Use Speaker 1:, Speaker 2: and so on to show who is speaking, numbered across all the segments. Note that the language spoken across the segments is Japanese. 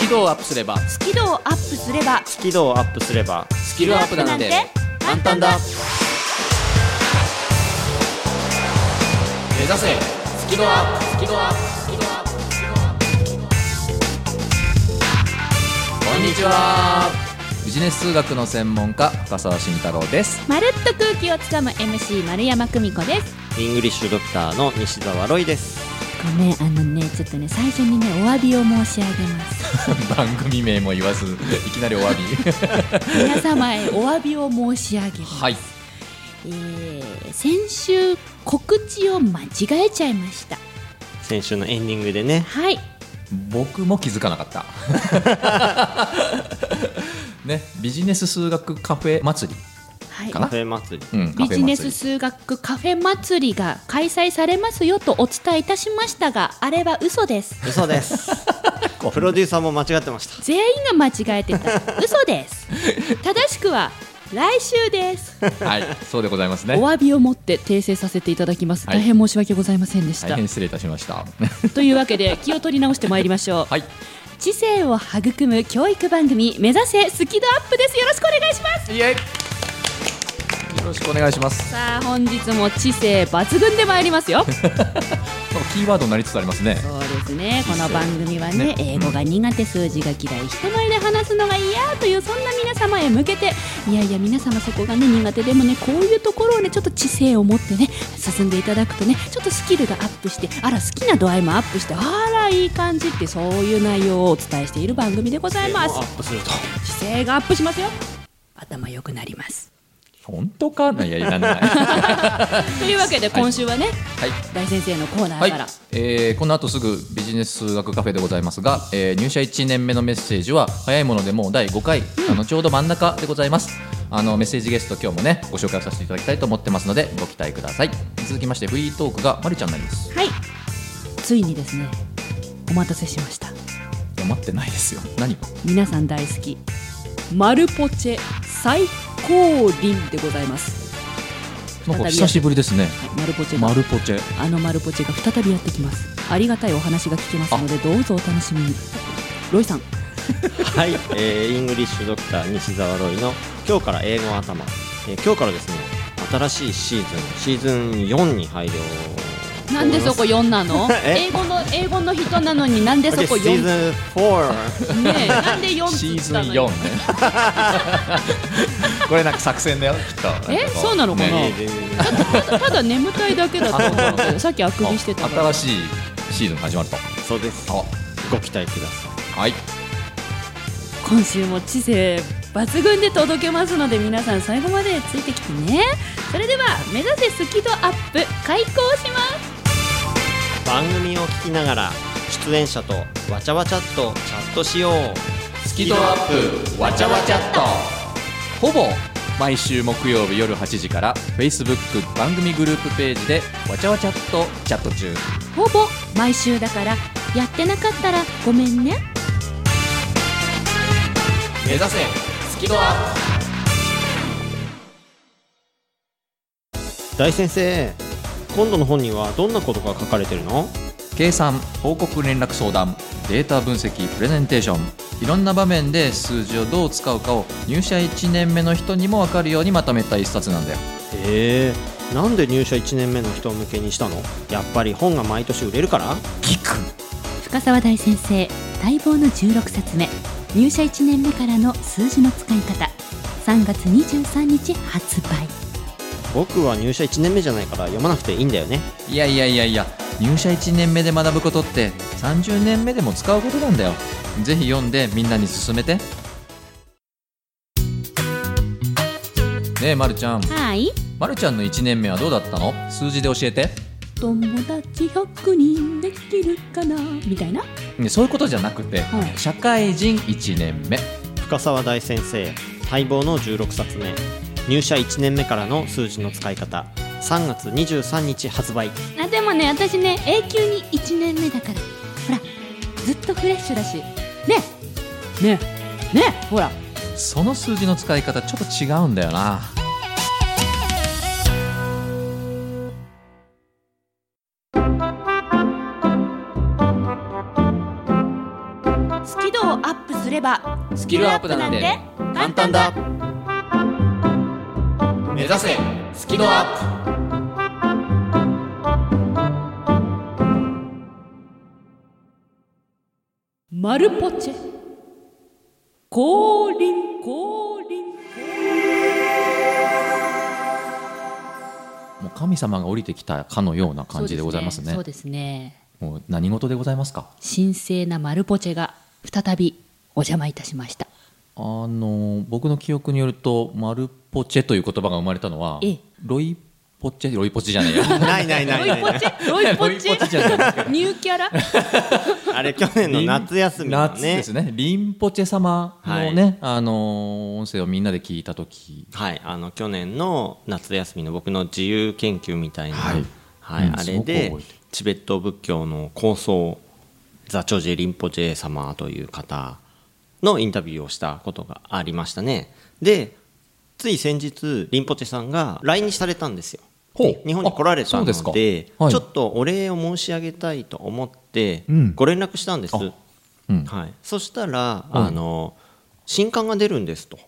Speaker 1: キ度をアップすれば
Speaker 2: スキルをアップすれば
Speaker 3: スキルをアップすれば
Speaker 1: スキルアップなんて簡単だ目指せスキルアップスキルアップスキルアップスキルアップこんにちはビジネス数学の専門家深澤慎太郎です
Speaker 2: まるっと空気をつかむ MC 丸山久美子です
Speaker 3: イングリッシュドクターの西澤ロイです
Speaker 2: ごめんあのねちょっとね最初にねお詫びを申し上げます
Speaker 1: 番組名も言わずいきなりお詫び
Speaker 2: 皆様へお詫びを申し上げます、
Speaker 1: はい
Speaker 2: えー先週告知を間違えちゃいました
Speaker 3: 先週のエンディングでね
Speaker 2: はい
Speaker 1: 僕も気づかなか ったねビジネス数学カフェ祭
Speaker 2: はい
Speaker 1: か
Speaker 3: カ
Speaker 1: な
Speaker 3: フェ祭り
Speaker 1: り、うん、カ
Speaker 2: ビ
Speaker 1: フェ祭り
Speaker 2: ジネス数学カフェ祭りが開催されますよとお伝えいたしましたがあれは嘘です
Speaker 3: 嘘ですプロデューサーも間違ってました
Speaker 2: 全員が間違えてた 嘘です正しくは来週です、
Speaker 1: はいそうでございますね
Speaker 2: お詫びをもって訂正させていただきます
Speaker 1: はい
Speaker 2: 大変申し訳ございませんでした、
Speaker 1: 大変失礼いたしました
Speaker 2: というわけで気を取り直してまいりましょう、
Speaker 1: はい
Speaker 2: 知性を育む教育番組目指せスキドアップですよろしくお願いします
Speaker 1: イエイよろしくお願いします
Speaker 2: さあ本日も知性抜群で参りますよそ
Speaker 1: なんかキーワードになりつつありますね
Speaker 2: うですねこの番組は
Speaker 1: ね
Speaker 2: ね英語が苦手数字が嫌い人前で話すのが嫌というそんな皆様へ向けていやいや皆様そこがね苦手でもねこういうところをねちょっと知性を持ってね進んでいただくとねちょっとスキルがアップしてあら好きな度合いもアップしてあらいい感じってそういう内容をお伝えしている番組でございます
Speaker 3: アップすると
Speaker 2: 知性がアップしますよ頭良くなります
Speaker 1: 本当かないやいやなんでもない は
Speaker 2: というわけで
Speaker 1: はい
Speaker 2: 今週はね、
Speaker 1: い
Speaker 2: 大先生のコーナ
Speaker 1: は
Speaker 2: ー
Speaker 1: い
Speaker 2: から、、
Speaker 1: えーこの後すぐビジネス数学カフェでございますが、えー入社1年目のメッセージは早いものでもう第5回、あのちょうど真ん中でございますあのメッセージゲスト今日もねご紹介させていただきたいと思ってますのでご期待ください続きましてフリートークがまりちゃんになります
Speaker 2: はい、ついにですねお待たせしました
Speaker 1: いや待ってないですよ何
Speaker 2: 皆さん大好きマルポチェ最高輪でございます
Speaker 1: なんか久しぶりですね
Speaker 2: はいマルポチェが
Speaker 1: マルポチェ
Speaker 2: あのマルポチェが再びやってきますありがたいお話が聞けますのでどうぞお楽しみにロイさん
Speaker 3: はい、えーイングリッシュドクター西澤ロイの今日から英語頭、えー今日からですね新しいシーズンシーズン4に入る
Speaker 2: なんでそこ4なの
Speaker 3: え
Speaker 2: 英語の英語の人なのになんでそこ
Speaker 3: シ
Speaker 2: 4
Speaker 3: ーズ
Speaker 2: ね
Speaker 3: ン4
Speaker 2: えなんで4つ
Speaker 1: シ
Speaker 2: っ
Speaker 1: ー
Speaker 2: つっ
Speaker 1: ズン
Speaker 2: た
Speaker 1: 4
Speaker 2: の
Speaker 1: ね
Speaker 2: よ
Speaker 1: これなんか作戦だよきっと
Speaker 2: えそうなのかな
Speaker 1: ね
Speaker 3: えー全然
Speaker 2: ただ眠たいだけだと思うんだけどさっきあくびしてたか
Speaker 1: 新
Speaker 2: ら
Speaker 1: しいシーズンが始まると
Speaker 3: そうです
Speaker 1: あ
Speaker 3: ご期待ください
Speaker 1: はい
Speaker 2: 今週も知性抜群で届けますので皆さん最後までついてきてねそれでは目指せスキドアップ開講します
Speaker 3: 番組を聞きながら出演者とわちゃわちゃっとチャットしよう
Speaker 1: スキドアップわちゃわちゃっとほぼ毎週木曜日夜8時から Facebook 番組グループページでわちゃわちゃっとチャット中
Speaker 2: ほぼ毎週だからやってなかったらごめんね
Speaker 1: 目指せスキドアッ
Speaker 3: 大先生今度の本にはどんなことが書かれてるの
Speaker 1: プ計算報告連絡相談データ分析プレゼンテーションいろんな場面で数字をどう使うかを入社1年目の人にも分かるようにまとめた一冊なんだよ
Speaker 3: へえなんで入社1年目の人向けにしたのやっぱり本が毎年売れるから
Speaker 1: 聞く
Speaker 2: 深沢大先生待望の16冊目入社1年目からの数字の使い方3月23日発売
Speaker 3: 僕は入社1年目じゃないから読まなくていいんだよね
Speaker 1: いやいやいやいや入社1年目で学ぶことって30年目でも使うことなんだよぜひ読んでみんなに勧めてねえ、ま、るちゃん、
Speaker 2: はい
Speaker 1: ま、るちゃんの1年目はどうだったの数字で教えて、
Speaker 2: 友達100人できるかなみたいな
Speaker 1: ね、そういうことじゃなくて、
Speaker 2: はい
Speaker 1: 社会人1年目
Speaker 3: 深沢大先生待望の16冊目入社1年目からの数字の使い方3月23日発 売
Speaker 2: あでもね私ね永久に1年目だからほらずっとフレッシュだしねねねほら
Speaker 1: その数字の使い方ちょっと違うんだよな
Speaker 2: スキルをアップすればス
Speaker 1: キルアップなんて簡単だ目指せスキルアップ
Speaker 2: マルポチェ降臨降臨
Speaker 1: もう神様が降りてきたかのような感じでございますね
Speaker 2: そうですね
Speaker 1: もう何事でございますか
Speaker 2: 神聖なマルポチェが再びお邪魔いたしました
Speaker 1: あの僕の記憶によると「マルポチェ」という言葉が生まれたのは
Speaker 2: ええ
Speaker 1: ロイポチェロイポチェじゃないや
Speaker 3: ないないな
Speaker 2: ロ
Speaker 3: い
Speaker 2: イ
Speaker 3: ない
Speaker 2: ポチェロイポチ
Speaker 1: ロイポチェじゃ ないです
Speaker 2: ェニューキャラ
Speaker 3: あれ去年 の夏休みの
Speaker 1: 夏
Speaker 3: ね
Speaker 1: ですねリンポチェ様のね、あの音声をみんなで聞いた時
Speaker 3: はいあの去年の夏休みの僕の自由研究みたいな、
Speaker 1: は
Speaker 3: はいい
Speaker 1: うん
Speaker 3: あれです
Speaker 1: ごく覚えてる
Speaker 3: チベット仏教の構想ザチョジェ・リンポチェ様という方のインタビューをしたことがありましたねでつい先日リンポチェさんが来日されたんですよ
Speaker 1: ほう
Speaker 3: 日本に来られた
Speaker 1: あそう
Speaker 3: の
Speaker 1: ですか
Speaker 3: で
Speaker 1: はい
Speaker 3: ちょっとお礼を申し上げたいと思って
Speaker 1: うん
Speaker 3: ご連絡したんです、
Speaker 1: あうん
Speaker 3: はい、そしたら、あの新刊が出るんですと。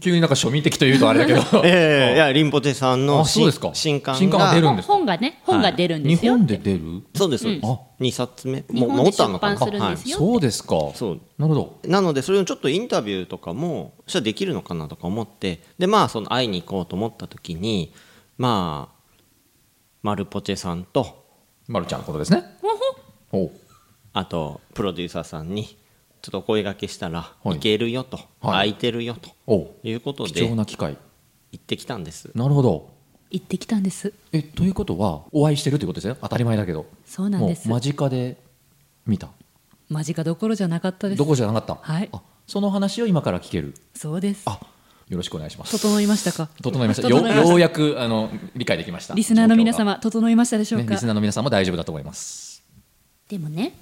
Speaker 1: 急になんか庶民的というとあれだけど
Speaker 3: ええいやリンポテさんの
Speaker 1: あそう
Speaker 3: 新
Speaker 1: ですか
Speaker 3: 新刊が
Speaker 1: 新刊が出るんです
Speaker 2: 本がね本が出るんで
Speaker 1: 日
Speaker 2: すよ
Speaker 1: 本で出る
Speaker 3: そうですそうです、
Speaker 1: うんあ
Speaker 3: 2冊目
Speaker 2: 日本で
Speaker 3: もうったのかな
Speaker 2: 出版するんですよ
Speaker 1: そうですか
Speaker 3: そう
Speaker 1: なるほど
Speaker 3: なのでそれのちょっとインタビューとかもそしたらできるのかなとか思ってでまあその会いに行こうと思った時にまあマルポチェさんと
Speaker 1: まるちゃんのことですね
Speaker 2: ほほ
Speaker 1: おう
Speaker 3: あとプロデューサーさんにちょっとお声掛けしたら、
Speaker 1: はい
Speaker 3: い、けるよと、
Speaker 1: は
Speaker 3: 空いてるよと
Speaker 1: おう
Speaker 3: いうことで
Speaker 1: 貴重
Speaker 3: 行
Speaker 1: な機会
Speaker 3: ってきたんです
Speaker 1: なるほど
Speaker 2: 行ってきたんです
Speaker 1: えということはお会いしてるということですね当たり前だけど
Speaker 2: そうなんです
Speaker 1: もう間近で見た
Speaker 2: 間近どころじゃなかったです
Speaker 1: どこじゃなかった、
Speaker 2: はい
Speaker 1: あその話を今から聞ける
Speaker 2: そうです
Speaker 1: あよろしくお願いします
Speaker 2: 整いましたか
Speaker 1: 整いましたよ
Speaker 2: 整いました
Speaker 1: ようやくあの理解できました
Speaker 2: リスナーの皆
Speaker 1: 状
Speaker 2: 様整いましたでし
Speaker 1: 況
Speaker 2: ょ
Speaker 1: が
Speaker 2: う
Speaker 1: ね
Speaker 2: か、
Speaker 1: リスナーの皆さんも大丈夫だと思います
Speaker 2: でもね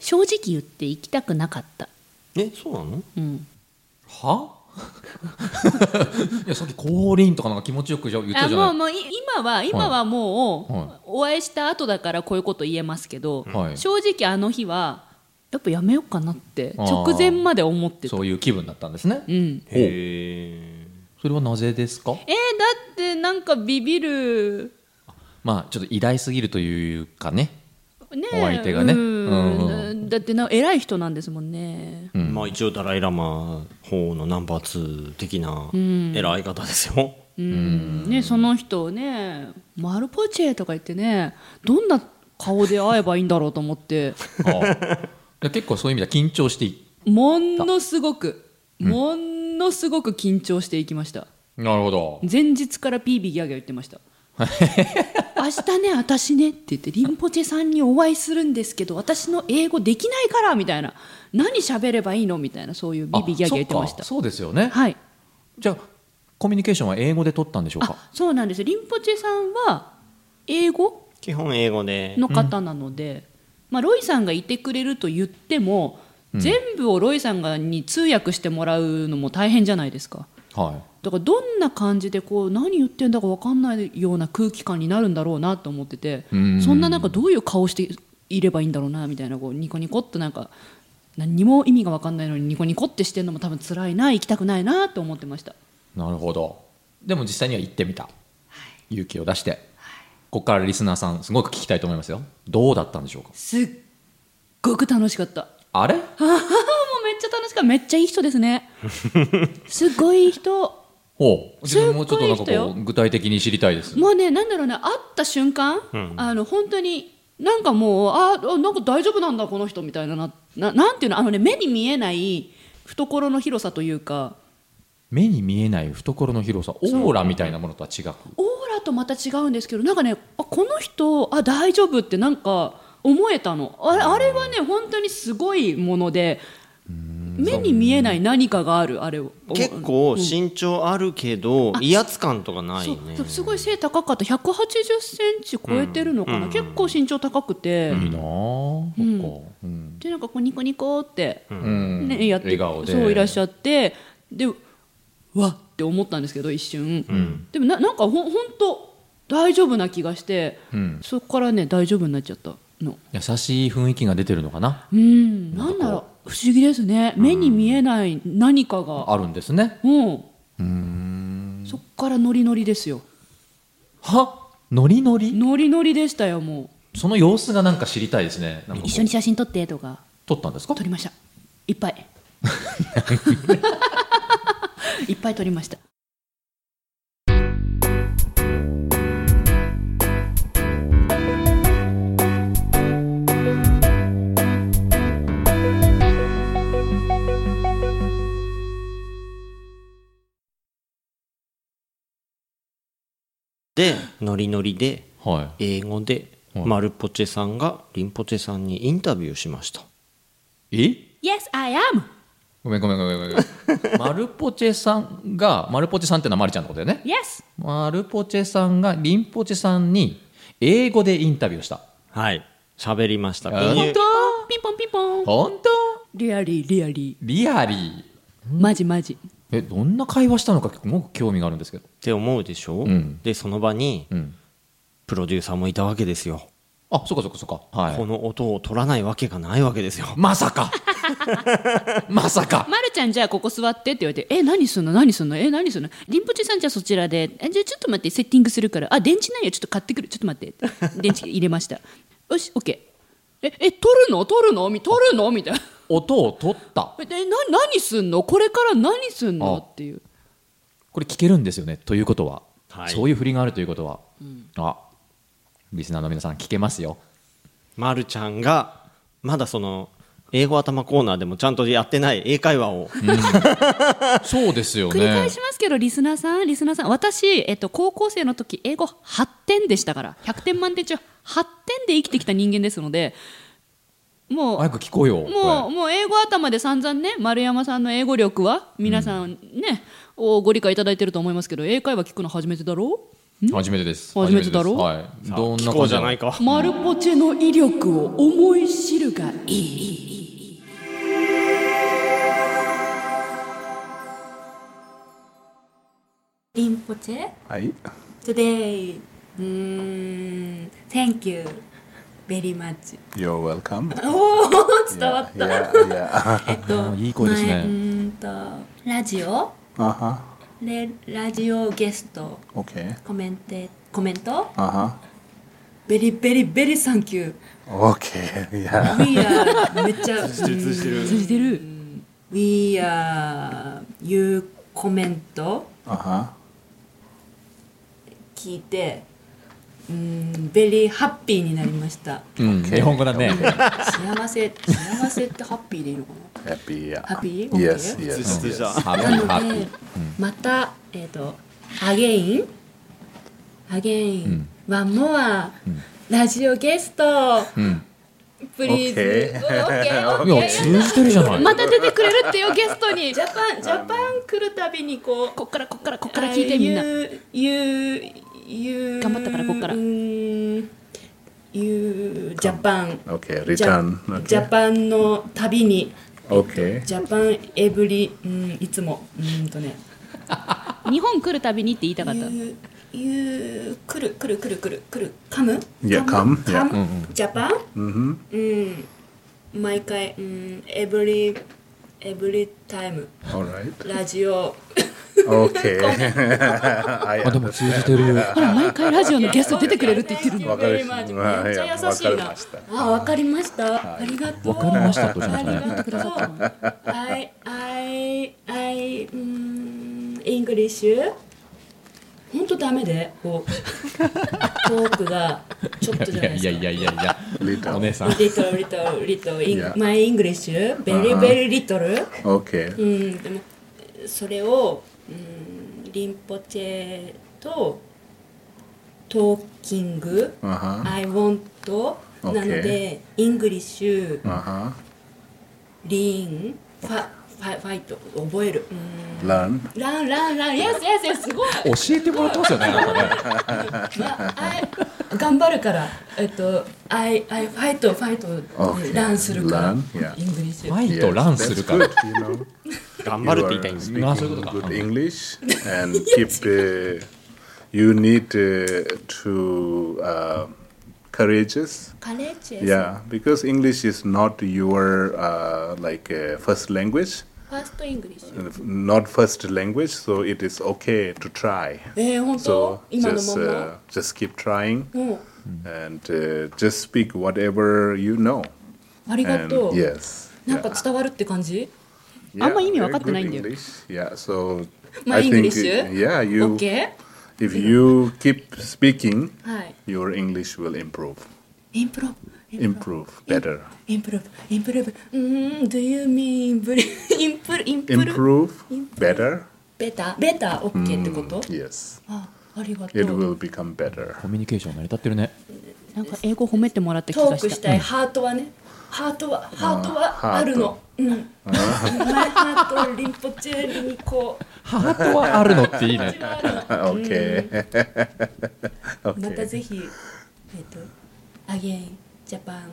Speaker 2: 正直言って行きたくなかった
Speaker 3: えそうなの
Speaker 2: うん
Speaker 1: は いやさっき降臨とかなんか気持ちよくじゃ言った
Speaker 2: あ
Speaker 1: じゃない
Speaker 2: もうもうい今は今はもう、
Speaker 1: はい
Speaker 2: お会いした後だからこういうこと言えますけど、
Speaker 1: はい
Speaker 2: 正直あの日はやっぱやめようかなって
Speaker 1: あー
Speaker 2: 直前まで思ってた
Speaker 1: そういう気分だったんですね、
Speaker 2: うん
Speaker 1: ほう
Speaker 3: へえ
Speaker 1: それはなぜですか
Speaker 2: えー、だってなんかビビる
Speaker 1: まあちょっと偉大すぎるというかね
Speaker 2: ね
Speaker 1: お相手がね
Speaker 2: うん
Speaker 1: う
Speaker 2: だってな偉い人なんですもんね
Speaker 1: うん
Speaker 3: まあ一応ダライラマ法のナンバー2的な
Speaker 2: うん
Speaker 3: 偉い方ですよ、
Speaker 2: うんねその人をね「マルポチェ」とか言ってねどんな顔で会えばいいんだろうと 思って。
Speaker 1: ああ結構そういう意味では緊張してい
Speaker 2: ものすごく、ものすごく緊張していきました
Speaker 1: なるほど
Speaker 2: 前日からピービーギャーギャー言ってました 明日ね私ねって言ってリンポチェさんにお会いするんですけど私の英語できないからみたいな何喋ればいいのみたいなそういうビービーギャーギャー言ってまし
Speaker 1: あ
Speaker 2: た
Speaker 1: そっかそうですよね
Speaker 2: はい
Speaker 1: じゃあコミュニケーションは英語で取ったんでしょうか
Speaker 2: あそうなんですリンポチェさんは英語
Speaker 3: 基本英語で
Speaker 2: の方なので、まあ、ロイさんがいてくれると言っても、全部をロイさんがに通訳してもらうのも大変じゃないですか
Speaker 1: は
Speaker 2: だからどんな感じでこう何言ってんだか分かんないような空気感になるんだろうなと思ってて
Speaker 1: うん
Speaker 2: そんな中どういう顔していればいいんだろうなみたいなこうニコニコっとなんか何にも意味が分かんないのにニコニコってしてるのも多分辛いな行きたくないなと思ってました
Speaker 1: いなるほどでも実際には行ってみた、勇気を出して、ここからリスナーさんすごく聞きたいと思いますよどうだったんでしょうか
Speaker 2: すっごく楽しかった
Speaker 1: あれ
Speaker 2: あははもうめっちゃ楽しかっためっちゃいい人ですね すっごいいい人
Speaker 1: ほう自分もち
Speaker 2: す
Speaker 1: ょ
Speaker 2: っ
Speaker 1: っとないん
Speaker 2: ごいい
Speaker 1: か
Speaker 2: 人よ
Speaker 1: こう具体的に知りたいです
Speaker 2: もうねなんだろうね会った瞬間、あの本当になんかもうああなんか大丈夫なんだこの人みたいななななんていうのあのね目に見えない懐の広さというか
Speaker 1: 目に見えない懐の広さオーラみたいなものとは違う
Speaker 2: オーラとまた違うんですけどなんかねあこの人あ大丈夫ってなんか思えたのあれあれはね本当にすごいもので目に見えない何かがあるあれを
Speaker 3: 結構身長あるけど、威圧感とかない
Speaker 2: そう
Speaker 3: ね
Speaker 2: そうすごい背高かった1 8 0センチ超えてるのかな、
Speaker 3: うん
Speaker 2: 結構身長高くて、
Speaker 1: いいなあそっかうん
Speaker 2: でなんかこうニコニコって、
Speaker 1: うん
Speaker 2: ねやって
Speaker 1: 笑顔で
Speaker 2: そういらっしゃってでうわっって思ったんですけど一瞬、でもななんかほんほんと大丈夫な気がして、
Speaker 1: うん
Speaker 2: そこからね大丈夫になっちゃったの
Speaker 1: 優しい雰囲気が出てるのかな
Speaker 2: うんなんだろう不思議ですね目に見えない何かが
Speaker 1: あるんですね
Speaker 2: うんそっからノリノリですよ
Speaker 1: はノリノリ
Speaker 2: ノリノリでしたよも
Speaker 1: その様子がなんか知りたいですねなん
Speaker 2: う
Speaker 1: かこう
Speaker 2: 一緒に写真撮ってとか
Speaker 1: 撮ったんですか
Speaker 2: 撮りましたいっぱ いいっぱい撮りました
Speaker 3: でノリノリで
Speaker 1: は
Speaker 3: 英語で
Speaker 1: はい
Speaker 3: マルポチェさんがリンポチェさんにインタビューしました
Speaker 1: いえ
Speaker 2: Yes I am
Speaker 1: ごめんごめんごめんごめんごめんマルポチェさんがマルポチェさんってのはマリちゃんのことだよね
Speaker 2: Yes
Speaker 1: マルポチェさんがリンポチェさんに英語でインタビューした
Speaker 3: はい喋りました
Speaker 1: あ
Speaker 3: こういう
Speaker 2: ピンポンピンポン
Speaker 1: 本当
Speaker 2: リアリーリアリ
Speaker 1: リアリー
Speaker 2: ーマジマジ
Speaker 1: えどんな会話したのかすごく興味があるんですけど
Speaker 3: って思うでしょ、
Speaker 1: ん
Speaker 3: でその場に
Speaker 1: うん
Speaker 3: プロデューサーもいたわけですよ、
Speaker 1: あそっかそっかそっかは
Speaker 3: こ
Speaker 1: い
Speaker 3: の音を取らないわけがないわけですよ
Speaker 1: まさか まさか
Speaker 2: まるちゃんじゃあここ座ってって言われて「え何すんの何すんのえ何すんのリンポチさんじゃあそちらでえじゃあちょっと待ってセッティングするからあ電池ないよちょっと買ってくるちょっと待って電池入れました よし OK ええ取るの取るのみ取るのみたいな
Speaker 1: 音を取った
Speaker 2: えな何すんのこれから何すんの
Speaker 1: あ
Speaker 2: っていう
Speaker 1: これ聞けるんですよねということは、
Speaker 3: はい
Speaker 1: そういう振りがあるということは、あリスナーの皆さん聞けますよ
Speaker 3: まるちゃんがまだその英語頭コーナーでもちゃんとやってない英会話を、
Speaker 1: そうですよ
Speaker 2: 繰り
Speaker 1: ね
Speaker 2: 返しますけどリスナーさんリスナーさん私、えっと、高校生の時英語8点でしたから100点満点中8点で生きてきた人間ですのでもう
Speaker 1: 早く聞こうよ
Speaker 2: もう
Speaker 1: こ
Speaker 2: もう英語頭で散々ね丸山さんの英語力は皆さんね、をご理解いただいてると思いますけど英会話聞くの初めてだろ
Speaker 1: れ初めてです
Speaker 2: 初めてだろ
Speaker 1: 初めてですはいどん
Speaker 3: 聞
Speaker 1: な
Speaker 3: こ
Speaker 1: 感じ
Speaker 3: うじ
Speaker 1: な
Speaker 3: ゃ
Speaker 1: の
Speaker 3: ないか
Speaker 2: マルポチェの威力を思い知るがいい
Speaker 4: リンポチェ
Speaker 5: はい。
Speaker 4: Today うーん Thank you very much
Speaker 5: You're welcome.
Speaker 4: おお伝わった
Speaker 5: Yeah, yeah.
Speaker 4: えっと
Speaker 1: いい声ですね
Speaker 4: 前うーんとラジオ
Speaker 5: Uh huh.
Speaker 4: でラジオゲスト
Speaker 5: Okay.
Speaker 4: コメンテコメント
Speaker 5: Uh
Speaker 4: ベリベリベリサンキュー
Speaker 5: huh. Okay. Yeah.
Speaker 4: We are めっちゃ通じてる
Speaker 2: 通じてる
Speaker 4: We are you コメント
Speaker 5: Uh huh.
Speaker 4: 聞いてうーんベリーハッピーになりました
Speaker 1: うん、日本語だね
Speaker 4: 幸せ幸せってハッピーでいいのかな
Speaker 5: Happy. Yeah.
Speaker 4: Happy?
Speaker 5: Yes.
Speaker 4: Okay.
Speaker 5: Yes.
Speaker 3: 通じた
Speaker 1: ハッピ
Speaker 4: な
Speaker 1: ーハ
Speaker 4: の
Speaker 1: ッピ
Speaker 4: で
Speaker 1: ー、
Speaker 4: また、えっ、と、アゲイン。アゲイン、ワンモア、ラジオゲスト。プリーズ。
Speaker 5: Okay.
Speaker 4: オッケ ー、オッ
Speaker 1: い
Speaker 4: ケ
Speaker 1: や
Speaker 4: ー。
Speaker 1: 通じてるじゃない、
Speaker 2: また出てくれるってよゲストに
Speaker 4: ジャパン、ジャパン来るたびに、こう、こ
Speaker 2: こっからこっからこっから聞いてみんな
Speaker 4: ゆ、ゆ、ゆ。
Speaker 2: 頑張ったからこっから
Speaker 4: うーんゆ、ジャパン。
Speaker 5: Okay.
Speaker 4: ジャ
Speaker 5: Return.
Speaker 4: ジ
Speaker 5: Okay.
Speaker 4: ャパンの旅に。
Speaker 5: Okay.
Speaker 4: ジャパンエブリ、うん、いつも、うーんとね。
Speaker 2: 日本来るたびにって言いたかった
Speaker 4: ゆゆくるくるくるくるくるかむ
Speaker 5: Yeah,
Speaker 4: かむ
Speaker 5: come,
Speaker 4: か
Speaker 5: yeah.
Speaker 4: むジャパンうん毎回うんエブリエブリタイム
Speaker 5: All right.
Speaker 4: ラジオ
Speaker 5: Okay. I
Speaker 1: あでも
Speaker 5: understand.
Speaker 1: 通じてる
Speaker 2: ほら毎回ラジオのゲスト出てくれるって言ってるの
Speaker 5: わかり
Speaker 4: め
Speaker 5: ま
Speaker 4: っ
Speaker 5: し
Speaker 4: ち
Speaker 5: た
Speaker 4: ゃ優しい
Speaker 5: わかり
Speaker 4: な
Speaker 5: ました
Speaker 4: あわかりましたありがと
Speaker 1: わ
Speaker 4: う
Speaker 1: かりましたとじゃな
Speaker 4: あ
Speaker 1: い
Speaker 4: りがとう I I I うんイングリッシュ本当ダメでこうトークがちょっとじゃないです
Speaker 1: い
Speaker 4: か
Speaker 1: やいやいやいや
Speaker 5: Little.
Speaker 1: お姉さん
Speaker 4: little little little in
Speaker 5: Yeah.
Speaker 4: my English very very little、
Speaker 5: Okay.
Speaker 4: うんでもそれを、うん、リンポチェとトーキング、
Speaker 5: Uh huh.
Speaker 4: I want な
Speaker 5: Okay.
Speaker 4: のでイングリッシュ
Speaker 5: Uh huh.
Speaker 4: リンファファファイト覚える、う
Speaker 5: Learn.
Speaker 4: ん、ランランラン yes yes yes すごい
Speaker 1: 教えてもらってますよねなんかね
Speaker 4: まあ I 頑張るからえっと I I ファイトファイト
Speaker 5: Okay.
Speaker 4: ランする から
Speaker 5: Learn, yeah.
Speaker 4: イングリッシュ
Speaker 1: ファイト
Speaker 5: Yes,
Speaker 1: ランする
Speaker 5: that's
Speaker 1: から
Speaker 5: good, you know.
Speaker 3: 頑
Speaker 5: You
Speaker 3: 張るって
Speaker 5: are
Speaker 3: 言いたいんですね
Speaker 5: speaking good English and keep. Uh, you need uh, to uh, courageous.
Speaker 4: カレッジェス
Speaker 5: Yeah, because English is not your uh, like uh, first language,
Speaker 4: ファーストイングリッシュ
Speaker 5: not first language, so it is okay to try.
Speaker 4: えー、本
Speaker 5: So
Speaker 4: 当今の
Speaker 5: just
Speaker 4: まん
Speaker 5: uh,
Speaker 4: ま
Speaker 5: just keep trying
Speaker 4: うん
Speaker 5: and uh, just speak whatever you know.
Speaker 4: ありが
Speaker 5: And
Speaker 4: とう
Speaker 5: yes,
Speaker 4: なんか
Speaker 5: yeah.
Speaker 4: 伝わるって感じ
Speaker 5: Yeah,
Speaker 2: あんま意味
Speaker 5: very
Speaker 2: 分かってないんだよ。
Speaker 5: good English. Yeah, so
Speaker 4: My
Speaker 5: I think
Speaker 4: English?
Speaker 5: yeah, you
Speaker 4: ?OK?
Speaker 5: if you keep speaking,
Speaker 4: はい。
Speaker 5: your English will improve,
Speaker 4: インプローブ。
Speaker 5: improve better,
Speaker 4: インプローブ。インプローブ。うーん、do you mean ブリ インプル、インプル。
Speaker 5: improve Oh. better.
Speaker 4: ベタ、ベタ、オッケーってこと
Speaker 5: Yes,
Speaker 4: あ、ありがと
Speaker 5: it
Speaker 4: う。
Speaker 5: will become better.
Speaker 1: コミュニケーション成り立ってるね
Speaker 2: なんか英語褒めてもらった気
Speaker 4: ト
Speaker 2: が
Speaker 4: ーク
Speaker 2: し
Speaker 4: したたい、ハートはね。ハートは、ハート
Speaker 5: あーハート
Speaker 4: はあるの。うん。マイハート、リンポチェ、リミコ。
Speaker 1: ハートはあるのっていい
Speaker 4: こっ
Speaker 1: ね
Speaker 4: ちはある の Mm.
Speaker 5: okay.
Speaker 4: また
Speaker 5: okay.
Speaker 4: ぜひ、えっ、と、アゲイン、ジャパン、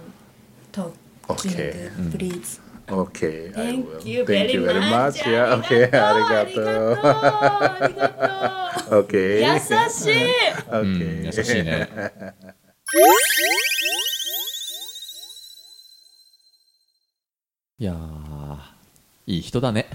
Speaker 4: トーキン
Speaker 5: Okay.
Speaker 4: グ、プリーズ。
Speaker 5: Okay, I will.
Speaker 4: Thank you
Speaker 5: Thank
Speaker 4: very
Speaker 5: you very much.
Speaker 4: much.
Speaker 5: Yeah, okay.
Speaker 4: ありがとう。
Speaker 5: Arigato.
Speaker 4: ありがとう。ありがとう
Speaker 5: Okay.
Speaker 4: 優しい。
Speaker 1: うん優しいねいやーいい人だね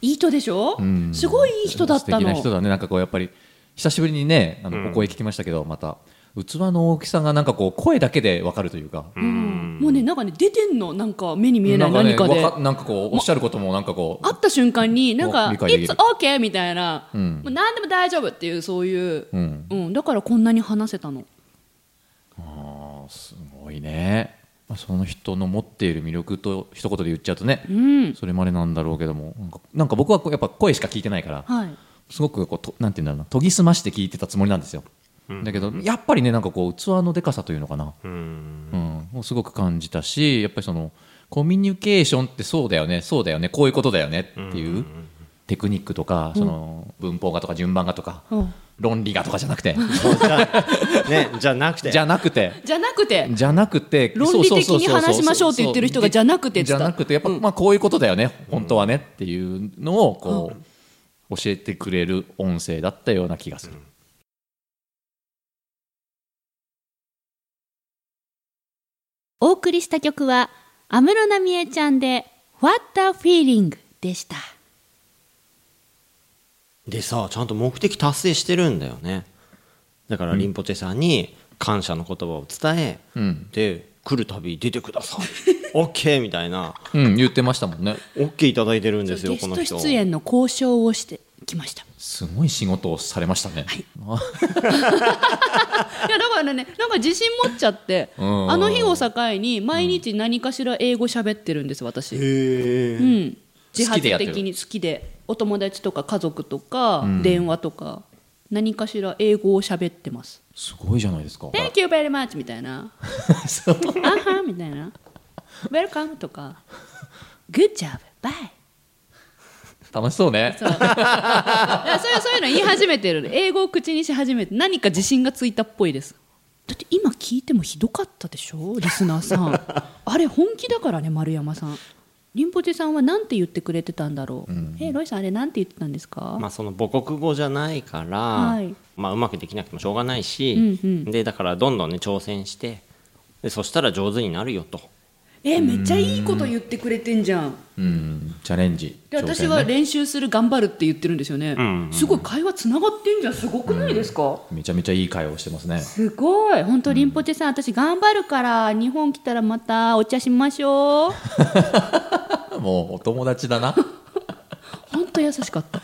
Speaker 2: いい人でしょ、
Speaker 1: ん
Speaker 2: すごいいい人だった
Speaker 1: 素敵
Speaker 2: の
Speaker 1: な人だねなんかこうやっぱり久しぶりにねあのお声聞きましたけど、また器の大きさがなんかこう声だけでわかるというか、
Speaker 2: うんもうねなんかね出てんのなんか目に見えない
Speaker 1: なん
Speaker 2: 何
Speaker 1: か
Speaker 2: か
Speaker 1: ね
Speaker 2: で
Speaker 1: わかなんかこうおっしゃることもなんかこう
Speaker 2: 会った瞬間になんか
Speaker 1: お
Speaker 2: 「
Speaker 1: 理解でき
Speaker 2: It's
Speaker 1: る
Speaker 2: OK」みたいな、
Speaker 1: ん
Speaker 2: もう何でも大丈夫っていうそういう、
Speaker 1: う
Speaker 2: うんんだからこんなに話せたの
Speaker 1: あーすごいね、まあ、その人の持っている魅力と一言で言っちゃうとね、
Speaker 2: うん
Speaker 1: それまでなんだろうけどもなんかなんか僕はこうやっぱ声しか聞いてないから
Speaker 2: はい
Speaker 1: すごくこうとなんて言うんだろうな研ぎ澄まして聞いてたつもりなんですよ、だけどやっぱりねなんかこう器のでかさというのかな、
Speaker 3: うん
Speaker 1: うん、をすごく感じたしやっぱりそのコミュニケーションってそうだよねそうだよねこういうことだよねっていう、テクニックとかその文法がとか順番がとか、
Speaker 2: うん
Speaker 1: 論理がとかじゃなくて
Speaker 3: ねじゃなくて
Speaker 1: じゃなくて
Speaker 2: じゃなくて
Speaker 1: じゃなくて
Speaker 2: 論理的に話しましょうって言ってる人がじゃなくてって
Speaker 1: じ
Speaker 2: 言
Speaker 1: ゃ
Speaker 2: った
Speaker 1: なくてやっぱ、まあ、こういうことだよね本当はねっていうのをこう、教えてくれる音声だったような気がする。
Speaker 2: お送りした曲は安室奈美恵ちゃんで「What a Feeling」でした
Speaker 3: でさちゃんと目的達成してるんだよねだからリンポチェさんに感謝の言葉を伝え、
Speaker 1: うん
Speaker 3: で来るたび出てください OK みたいな
Speaker 1: うん、言ってましたもんね
Speaker 3: OK いただいてるんで すよ
Speaker 2: ゲ
Speaker 3: こ
Speaker 2: ス
Speaker 3: の
Speaker 2: ト
Speaker 3: 人
Speaker 2: 出演の交渉をしてきました
Speaker 1: すごい仕事をされましたね、
Speaker 2: いやだからねなんか自信持っちゃって
Speaker 1: うん
Speaker 2: あの日を境に毎日何かしら英語喋ってるんです私、
Speaker 3: へ
Speaker 2: う
Speaker 3: え
Speaker 2: ん、
Speaker 1: 好き
Speaker 2: 自発
Speaker 1: でやってる
Speaker 2: 的に好きでお友達とか家族とか電話とか何かしら英語を喋ってます
Speaker 1: すごいじゃないですか
Speaker 2: 「Thank you very much」みたいな
Speaker 1: あ そう
Speaker 2: 「あは」みたいな「Welcome」とか「Good job」「Bye」
Speaker 1: 楽しそうね
Speaker 2: そうだからそういうそういうの言い始めてる英語を口にし始めて何か自信がついたっぽいですだって今聞いてもひどかったでしょリスナーさ んあれ本気だからね丸山さんリンポチさんは何て言ってくれてたんだろう、えロイさんあれ何て言ってたんですか、
Speaker 3: まあその母国語じゃないから、
Speaker 2: はい
Speaker 3: まあうまくできなくてもしょうがないし、
Speaker 2: うんうん
Speaker 3: でだからどんどんね挑戦してでそしたら上手になるよと
Speaker 2: えめっちゃいいこと言ってくれてんじゃん
Speaker 1: うんチャレンジ
Speaker 2: で
Speaker 1: 挑
Speaker 2: 私
Speaker 1: 戦
Speaker 2: は
Speaker 1: ね
Speaker 2: 練習する頑張るって言ってるんですよね、
Speaker 3: んうん
Speaker 2: すごい会話つながってんじゃんすごくないですか、
Speaker 1: めちゃめちゃいい会話をしてますね
Speaker 2: すごい本当リンポチェさん、私頑張るから日本来たらまたお茶しましょう
Speaker 1: もうお友達だな
Speaker 2: 本当優しかった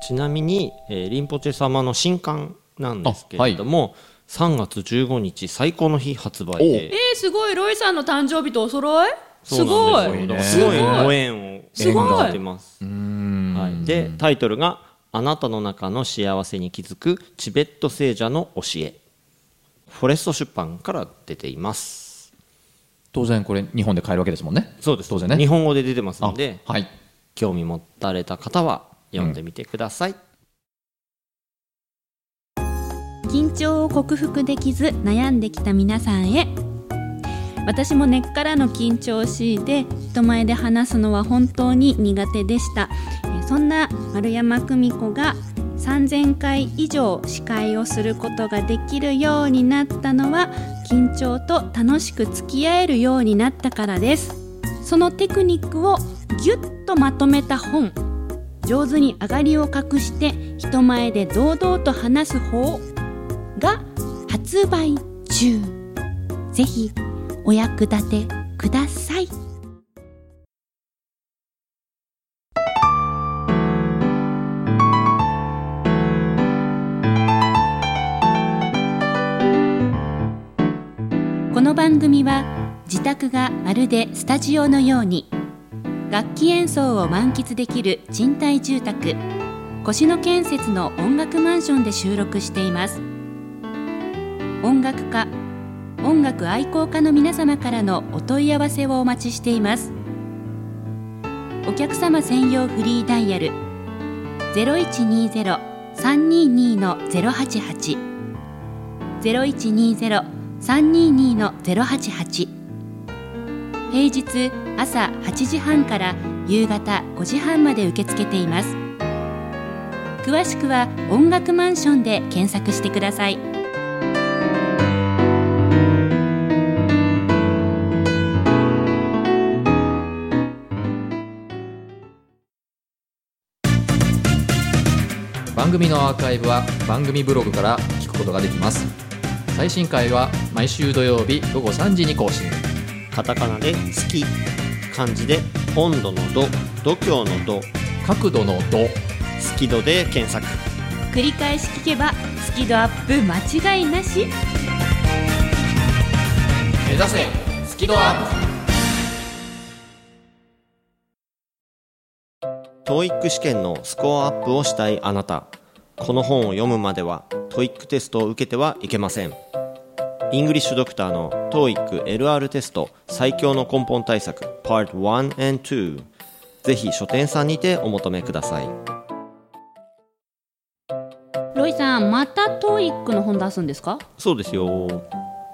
Speaker 3: ちなみに、えーリンポチェ様の新刊なんですけれども、3月15日最高の日発売で
Speaker 2: えー、すごいロイさんの誕生日とお揃いす
Speaker 3: そう
Speaker 2: ご
Speaker 3: なん
Speaker 2: い
Speaker 3: ですよ
Speaker 1: すごい
Speaker 2: ね
Speaker 3: すごいご縁を
Speaker 2: すごい
Speaker 3: 感じてます
Speaker 1: うーん
Speaker 3: はい、でタイトルが「あなたの中の幸せに気づくチベット聖者の教え」フォレスト出版から出ています
Speaker 1: 当然これ日本で買えるわけですもんね
Speaker 3: そうです
Speaker 1: 当然ね
Speaker 3: 日本語で出てますの
Speaker 1: あ
Speaker 3: で
Speaker 1: はい
Speaker 3: 興味持たれた方は読んでみてください、
Speaker 2: 緊張を克服できず悩んできた皆さんへ私も根っからの緊張を強いて人前で話すのは本当に苦手でしたえーそんな丸山久美子が3000回以上司会をすることができるようになったのは緊張と楽しく付き合えるようになったからですそのテクニックをギュッとまとめた本上手に上がりを隠して人前で堂々と話す方が発売中ぜひお役立てくださいこの番組は自宅がまるでスタジオのように楽器演奏を満喫できる賃貸住宅越野建設の音楽マンションで収録しています音楽家音楽愛好家の皆様からのお問い合わせをお待ちしていますお客様専用フリーダイヤル0120-322-088 0120-322-088平日朝8時半から夕方5時半まで受け付けています詳しくは音楽マンションで検索してください
Speaker 1: 番組のアーカイブは番組ブログから聞くことができます最新回は毎週土曜日午後3時に更新
Speaker 3: カタカナで「好き」漢字で「温度の度」「度胸の度」
Speaker 1: 角度の度
Speaker 3: 「好き度」で検索
Speaker 2: 繰り返し聞けばスキドアップ間違いなし
Speaker 1: 目指せスキドアップ
Speaker 3: ト e ック試験のスコアアップをしたいあなたこの本を読むまではト e ックテストを受けてはいけませんイングリッシュドクターの TOEIC LR テスト最強の根本対策 Part 1 and 2ぜひ書店さんにてお求めください
Speaker 2: ロイさんまた TOEIC の本出すんですか
Speaker 3: そうですよ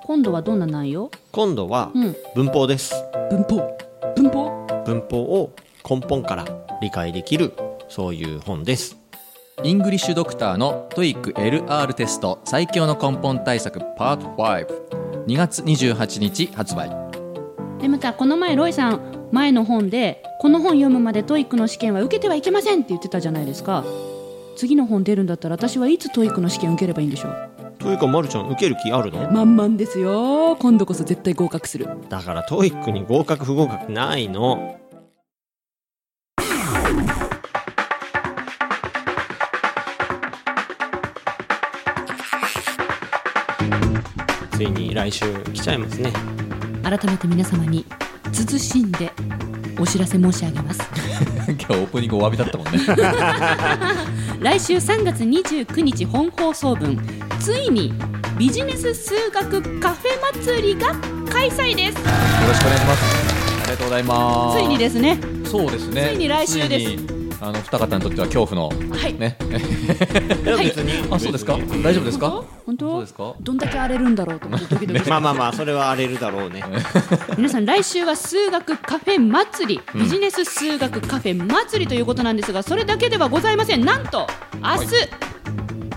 Speaker 2: 今度はどんな内容
Speaker 3: 今度は
Speaker 2: うん
Speaker 3: 文法です、
Speaker 2: 文法文法
Speaker 3: 文法を根本から理解できるそういう本です
Speaker 1: イングリッシュドクターの TOEIC LR テスト最強の根本対策パート52月28日発 売
Speaker 2: でまたこの前ロイさん前の本でこの本読むまでトイックの試験は受けてはいけませんって言ってたじゃないですか次の本出るんだったら私はいつトイックの試験受ければいいんでしょう
Speaker 3: というかまるちゃん受ける気あるの
Speaker 2: 満々ですよ今度こそ絶対合格する
Speaker 3: だから TOEIC に合格不合格ないのついに来週来ちゃいますね
Speaker 2: 改めて皆様に慎んでお知らせ申し上げます
Speaker 1: 今日オープニングお詫びだったもんね
Speaker 2: 来週3月29日本放送分ついにビジネス数学カフェ祭りが開催
Speaker 1: よろ
Speaker 2: です
Speaker 1: しくお願いしますありがとうございます
Speaker 2: ついにですね
Speaker 1: そうですね
Speaker 2: ついに来週です
Speaker 1: ついにあの二方にとっては恐怖の
Speaker 2: はい
Speaker 1: ね
Speaker 3: いや別に、
Speaker 1: あそうですか大丈夫ですか
Speaker 2: 本
Speaker 1: そう
Speaker 2: 当
Speaker 1: ですか
Speaker 2: どんだけ荒れるんだろうと思ってドキドキ
Speaker 3: まあまあまあそれは荒れるだ ろうね
Speaker 2: 皆さん来週は数学カフェ祭り、ビジネス数学カフェ祭りということなんですがそれだけではございませんなんと明日、
Speaker 1: い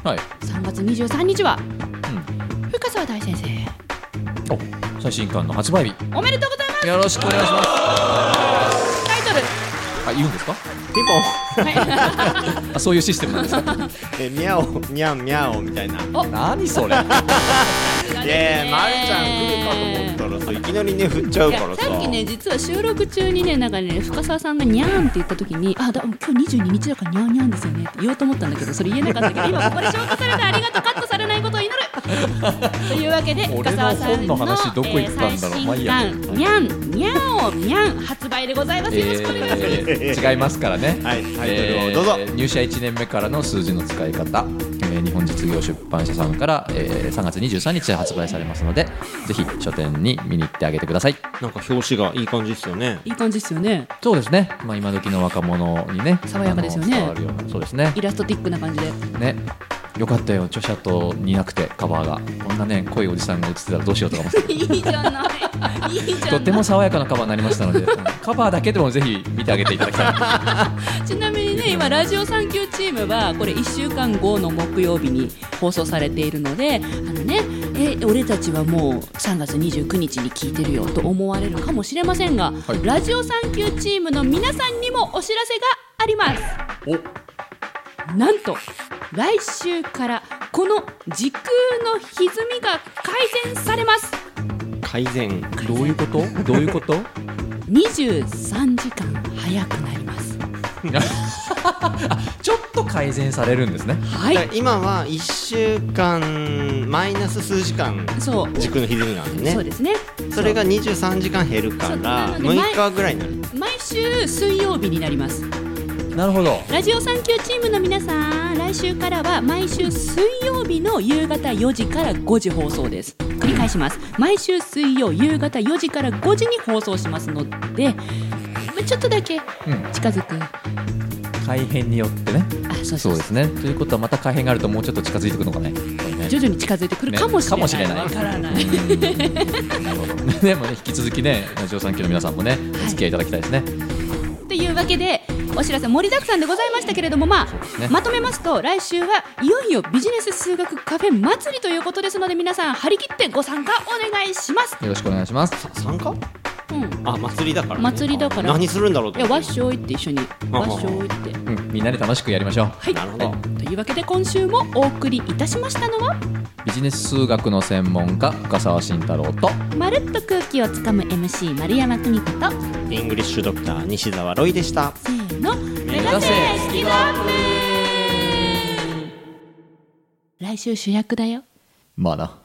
Speaker 1: はい
Speaker 2: 3月23日は、深澤大先生
Speaker 1: お最新刊の発売日
Speaker 2: おめでとうございます
Speaker 1: よろしくお願いします
Speaker 2: タイト
Speaker 1: あ言うんですか
Speaker 3: ピンポン
Speaker 2: ル、はい、
Speaker 1: あそういうシステムなんですか
Speaker 3: えミャオミャンミャオみたいな
Speaker 1: 何それ
Speaker 3: で、まるちゃん来るかと思ったらさいきなりね振っちゃう
Speaker 2: いや
Speaker 3: からさ
Speaker 2: さっきね実は収録中にねなんかね深澤さんがにゃーんって言った時にあだ今日22日だからにゃーにゃーんですよねって言おうと思ったんだけどそれ言えなかったけど今ここで消化されたありがとうカットされないことを祈るというわけで深澤さん
Speaker 1: 俺の
Speaker 2: の
Speaker 1: 本の話どこ行ったんだろう
Speaker 2: えー
Speaker 1: まあ
Speaker 2: 最
Speaker 1: いい
Speaker 2: 新
Speaker 1: や
Speaker 2: 刊にゃんにゃんをにゃん発売でございますよろしくお願いします、
Speaker 1: え ー違いますからね、
Speaker 3: はいタイトルをどうぞ
Speaker 1: えー入社1年目からの数字の使い方、えー日本実業出版社さんから、えー3月23日で発売されますのでぜひ書店に見に行ってあげてください
Speaker 3: なんか表紙がいい感じですよね
Speaker 2: いい感じですよね
Speaker 1: そうですね、まあ、今時の若者にね
Speaker 2: 爽やかですよね
Speaker 1: あの伝わるようなそうですね
Speaker 2: イラストティックな感じで
Speaker 1: ねよかったよ著者と似なくてカバーがこんなね濃いおじさんが映ってたらどうしようとか思って
Speaker 2: いいじゃない。いいじゃない。
Speaker 1: とっても爽やかなカバーになりましたの でカバーだけでもぜひ見てあげていただきたい
Speaker 2: ちなみにね今ラジオ産休チームはこれ1週間後の木曜日に放送されているのであのねえ俺たちはもう3月29日に聞いてるよと思われるかもしれませんが、
Speaker 1: い
Speaker 2: ラジオ産休チームの皆さんにもお知らせがありますなんと来週からこの時空の歪みが改善されます
Speaker 3: 改善
Speaker 1: どういうことどういう こと
Speaker 2: 23時間早くなります
Speaker 1: ちょっと改善されるんですね
Speaker 2: はい
Speaker 3: だから今は1週間マイナス数時間
Speaker 2: そう
Speaker 3: 軸の歪みなんでね
Speaker 2: そうですね
Speaker 3: それが23時間減るか
Speaker 2: そうなの
Speaker 3: ら
Speaker 2: で前
Speaker 3: 6日ぐらいになる
Speaker 2: 毎週水曜日になります
Speaker 1: なるほど
Speaker 2: ラジオサンキューチームの皆さん来週からは毎週水曜日の夕方4時から5時放送です繰り返します毎週水曜夕方4時から5時に放送しますのでまちょっとだけ
Speaker 1: うん
Speaker 2: 近づく、あ
Speaker 1: 改変によってね
Speaker 2: そ
Speaker 1: そ
Speaker 2: うそう
Speaker 1: う
Speaker 2: そ
Speaker 1: ですねということはまた改変があるともうちょっと近づいてくるのかね
Speaker 2: う徐々に近づいてくるかもしれない,、
Speaker 1: ねかも
Speaker 2: わ
Speaker 1: し
Speaker 2: からない
Speaker 1: でもね引き続きねラジオ産休の皆さんもねお付き合いいただきたいですね
Speaker 2: というわけでお知らせ盛りだくさんでございましたけれども、まあ
Speaker 1: ね
Speaker 2: まとめますと来週はいよいよビジネス数学カフェ祭りということですので皆さん張り切ってご参加お願いします。
Speaker 1: よろしくお願いします
Speaker 3: 参加
Speaker 2: うん
Speaker 3: あ祭りだから、ね、
Speaker 2: 祭りだから
Speaker 3: 何するんだろう
Speaker 2: い
Speaker 3: と
Speaker 2: や
Speaker 3: 思
Speaker 2: わ
Speaker 3: っ
Speaker 2: っしょいって一緒に
Speaker 3: あ
Speaker 2: わっしょいって
Speaker 1: うんみんなで楽しくやりましょう
Speaker 2: はい
Speaker 3: なるほど
Speaker 2: はいというわけで今週もお送りいたしましたのは
Speaker 1: ビジネス数学の専門家深澤慎太郎と
Speaker 2: まるっと空気をつかむ MC 丸山久美子と
Speaker 3: てイングリッシュドクター西澤ロイでした
Speaker 2: せーの目
Speaker 1: 指せ
Speaker 2: スキルアップ来週主役だよ
Speaker 1: まあな